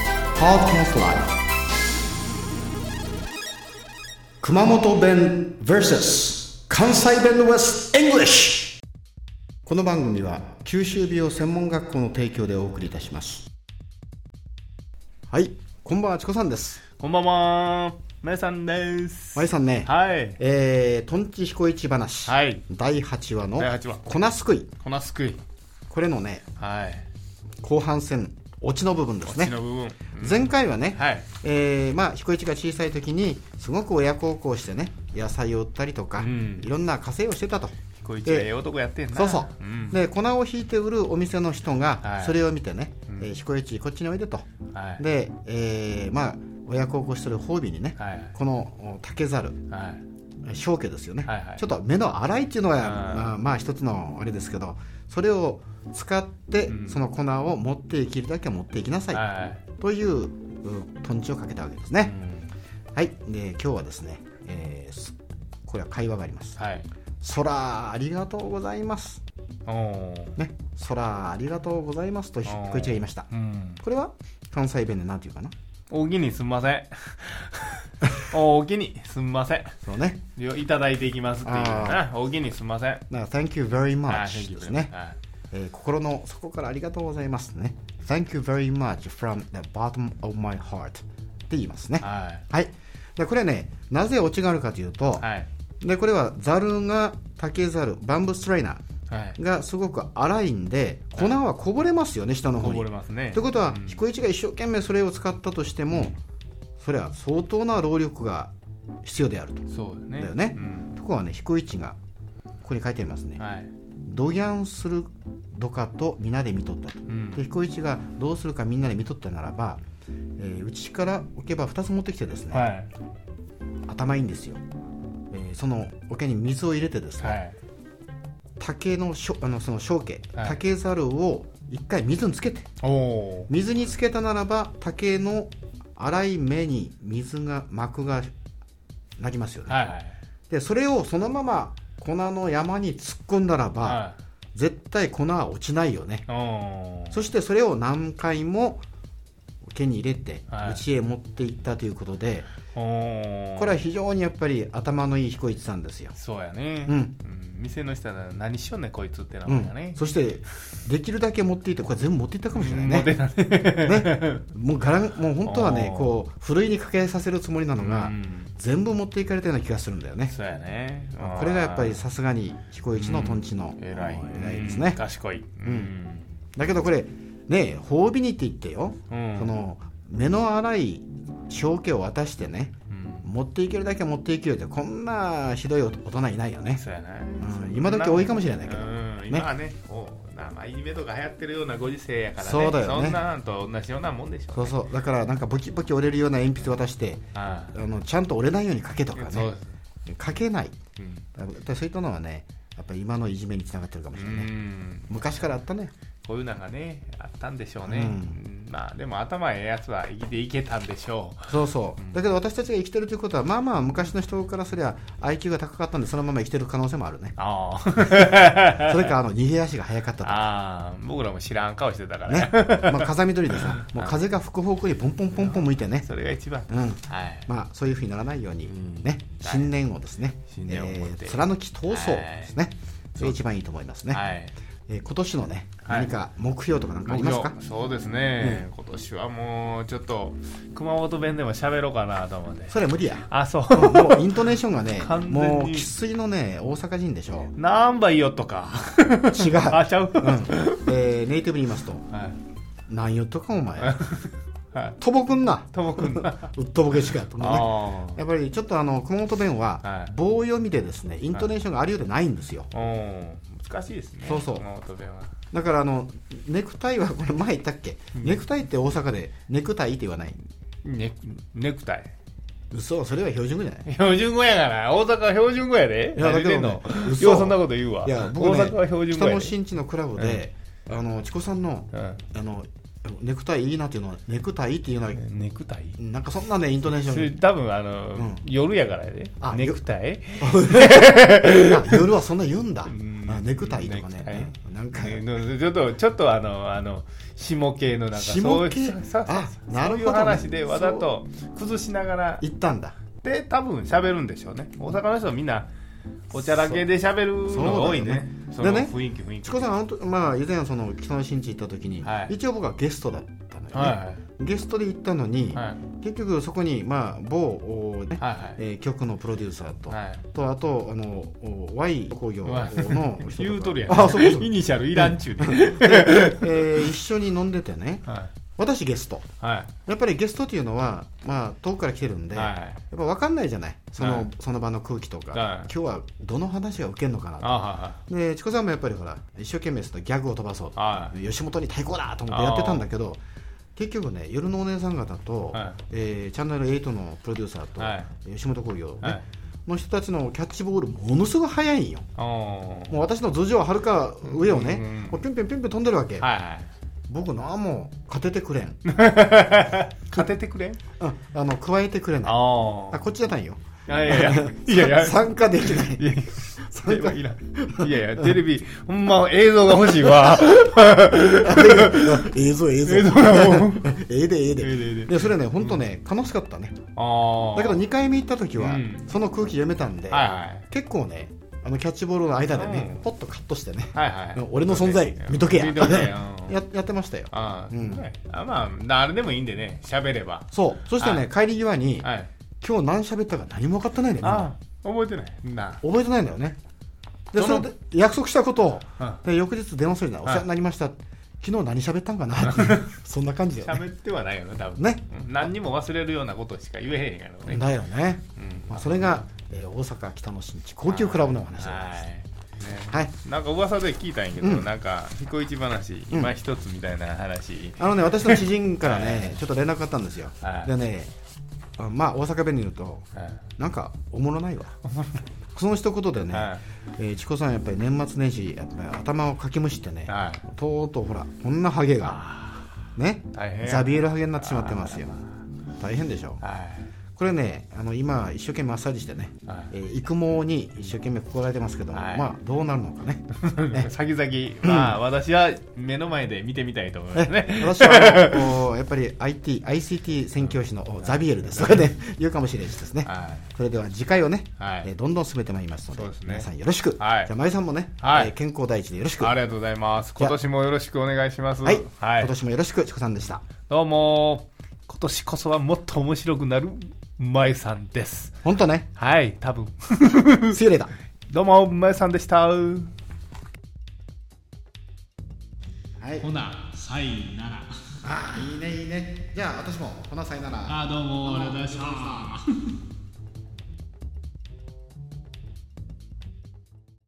Podcast Live 熊本弁 vs 関西弁 West English この番組は九州美容専門学校の提供でお送りいたしますはいこんばんはチコさんですこんばんは、まゆさんです。まゆさんねはい。えー、とんち彦市話、はい第8話の第八話「粉すくいこなすくい。」これのねはい。後半戦オチの部分です血ねの部分。前回はね、はい。えーまあ、彦一が小さい時にすごく親孝行してね野菜を売ったりとか、うんいろんな稼いをしてたとこいつええ男やってんな。そうそう、ん。で粉をひいて売るお店の人はがいそれを見てね、えー彦一こっちにおいでと、はい。で、えーまあ、親孝行してる褒美にね、はい。このお竹猿はい。氷家ですよね、はいはいちょっと目の粗いっていうのは、あーまあまあ一つのあれですけどそれを使って、うんその粉を持っていけるだけ持っていきなさい、はといううんとんちをかけたわけですい。うね、んはいで今日はですね、えーすこれは会話がありますはい。 「そらありがとうございます」おお。ね「そらありがとうございます」とひっこいちが言いましたうん。これは関西弁で何て言うかなおおきにすんま せん。おおきにすんません。そうねよいただいていきますっていうあな。おおきにすんません。だから「Thank you very はい much」 thank you です very ね much はいえー心の底からありがとうございますね。Thank you very much from the bottom of my heart って言いますね。はい。はい。で、これね、なぜオチがあるかというと、はい。で、これはザルが竹ザル、バンブーストレイナはいー。がすごく粗いんで、粉はこぼれますよね、下のこ方に。ぼっれますね。てことはう、ん彦一が一生懸命それを使ったとしても、それは相当な労力が必要であると。そうだね。だよねうん。ところがね、彦一が、ここに書いてありますね。はい。ドギャンするドカと皆で見とったと。うんで。彦一がどうするかみんなで見とったならば、えーうちから置けば2つ持ってきてですね、はい。頭いいんですよ、えーその桶に水を入れてですね、はい。竹のしょあのその小径、はい竹猿を1回水につけておお。水につけたならば竹の粗い目に水が膜がなりますよね、はいはい。でそれをそのまま粉の山に突っ込んだらば、はい。絶対粉は落ちないよねおーそしてそれを何回も手に入れてはいうちへ持っていったということで、おーこれは非常にやっぱり頭のいい彦一さんですよ、そうやね、うん店の人は何しよんねんこいつってなうもんやんね、、そしてできるだけ持っていってこれ全部持っていったかもしれない モねテないもうガランもう本当はねあーこうふるいにかけさせるつもりなのが、うん全部持っていかれたような気がするんだよねそうやねこれがやっぱりさすがに彦一のとんちのえらい偉いですね賢いうん、だけどこれね褒美にって言ってよ、うんその目の粗い証券を渡してねうん持っていけるだけ持っていけるってこんなひどい大人いないよねそうやな、うん今時多いかもしれないけどうん、今はねおなまあいじめとか流行ってるようなご時世やからねそうだよねんなんと同じようなもんでしょそうそうだからなんかボキボキ折れるような鉛筆渡してああのちゃんと折れないように書けとあかそうねです、書けないうんだからそういったのはねやっぱり今のいじめにつながってるかもしうれない、ん昔からあったねこういうのがねあったんでしょうね、うんうんまあでも頭ええやつは生きていけたんでしょそうそうだけど私たちが生きてるということはまあまあ昔の人からすれば IQ が高かったんでそのまま生きてる可能性もあるねうああそれかあの逃げ足が早かったとか ああ僕らも知らん顔してたからねね、まあ、風見 鶏でさもう風が吹く方向にポンポンポンポン向いてねそれが一番、うんはいまあ、そういうふうにならないように、うんね、はい信念をですね、信念を持ってえー貫き闘争ですね、それが一番いいと思いますね、はいえー今年のね、はい何か目標とか何かありますか目標そうですね、今年はもうちょっと熊本弁でも喋ろうかなと思ってそれ無理 や、あそうもうイントネーションがね完、全に、もう生粋のね、大阪人でしょ なんばいよ とか違う、あち ゃう、うんえーネイティブに言いますと、はい何言っとか、お 前、はいとぼくんな、ともくんのうっとぼけしかとかね。あやっぱりちょっとあの熊本弁ははい棒読みでですねイントネーションがあるようでないんですよあうん難しいですねそうそう熊本弁はだからあのネクタイはこれ前言ったっけ、ネクタイって大阪でネクタイって言わないネネクタイ嘘それは標準語じゃない標準語やから大阪は標準語やでいや何言ってんのだけどね嘘ようそんなこと言うわいや僕大ね阪は標準語北やので新地のクラブで、あのチコさんのうんあのネクタイいいなっていうのはネクタイっていうのはネクタイなんかそんなねイントネーシそれョン多分あの、うん夜やからやであネクタイ あ夜はそんな言うんだ、うんあネクタイとかネねクタイなんか、ねのちょっとちょっとあのあの下系のなんか下系そういうささあさなるほどねそういう話でわざと崩しながら行ったんだで多分喋るんでしょうね大阪の人はみんなおちゃらけで喋るのが多いねそそうだのよね雰囲気雰囲気チコさんあのと、まあ、以前その北の新地行った時に、はい一応僕はゲストだったのよね、はゲストで行ったのに、いはい結局そこに、まあ、某お、ねはいえー局のプロデューサーと、はいはいとあとあのお Y 工業の人とか言うとるやんあそうそう イニシャルいらんちゅうねえー一緒に飲んでてねは私ゲストいはやっぱりゲストっていうのは、まあ、遠くから来てるんいで、やっはいぱ分かんないじゃないその,、はいその場の空気とか、はい今日はどの話が受けるのかなとあはでチコさんもやっぱりほら一生懸命そのギャグを飛ばそうと、は吉本に対抗だと思ってやってたんだけど結局ね夜のお姉さん方と、はえーチャンネル8のプロデューサーと、は吉本興業、ねいはいの人たちのキャッチボールものすごい速いんよおーもう私の頭上はるか上をね、うんうんもうピュンピュンピュンピュン飛んでるわけ、はいはい僕なんも勝ててくれ ん、勝ててくれんうんあの加えてくれないああこっちじゃないよあいやいやいやいやい参加できないやいや参加いらんいやいやテレビほんま映像が欲しいわ 映像映像映像がもう ええでええでええでええででそれね本当ね、楽しかったねああだけど2回目行った時は、うんその空気読めたんで、はいはい結構ねあのキャッチボールの間でね、うんポッとカットしてねはいはい俺の存在見とけや見とけよややってましたよあーうんはいあまあ誰でもいいんでね喋ればそうそしてね帰り際に、はい今日何喋ったか何も分かってないんだよみんなああ覚えてないな覚えてないんだよねでそそれので約束したことをうんで翌日電話するじゃないおはい世話になりました、昨日何喋ったんかなっていう そんな感じだよね喋ってはないよな多分ねうん何にも忘れるようなことしか言えへんやろねだよね、うんまあ、それが、えー大阪北の新地高級クラブのお話でございはますいねはいなんか噂で聞いたんやけど、うんなんか彦一話今一つみたいな話、あのね私の知人からねちょっと連絡があったんですよ、はいでねあまあ大阪弁に言うとなんかおもろないわその一言でね、はえーチコさんやっぱり年末年始やっぱり頭をかきむしってね、はいとうとうほらこんなハゲがね大変ザビエルハゲになってしまってますよ大変でしょはいこれねあの今一生懸命マッサージしてね、はいえー育毛に一生懸命心がけてますけども、はいまあどうなるのかね先々、まあ、私は目の前で見てみたいと思いますね。私はあのこうやっぱり IT、ICT 宣教師のおザビエルですとかね、言うかもしれないしですね。はそれでは次回をね、はいえーどんどん進めてまいりますので、そうですね皆さんよろしく。はいじゃあ、まゆさんもね、はいえー健康第一でよろしい、く。あはい、りがとうございます。今年もよろしくお願いします。今年もよろしく、チコさんでした。どうも、今年こそはもっと面白くなる、まえさんです。本当 ね、はい、多分。失礼だ。どうも、まえさんでした。はい。ほな、さいなら。ああ、いいね、いいね。じゃあ、私も、ほなさいなら。あ、どうも、ありがとうございました。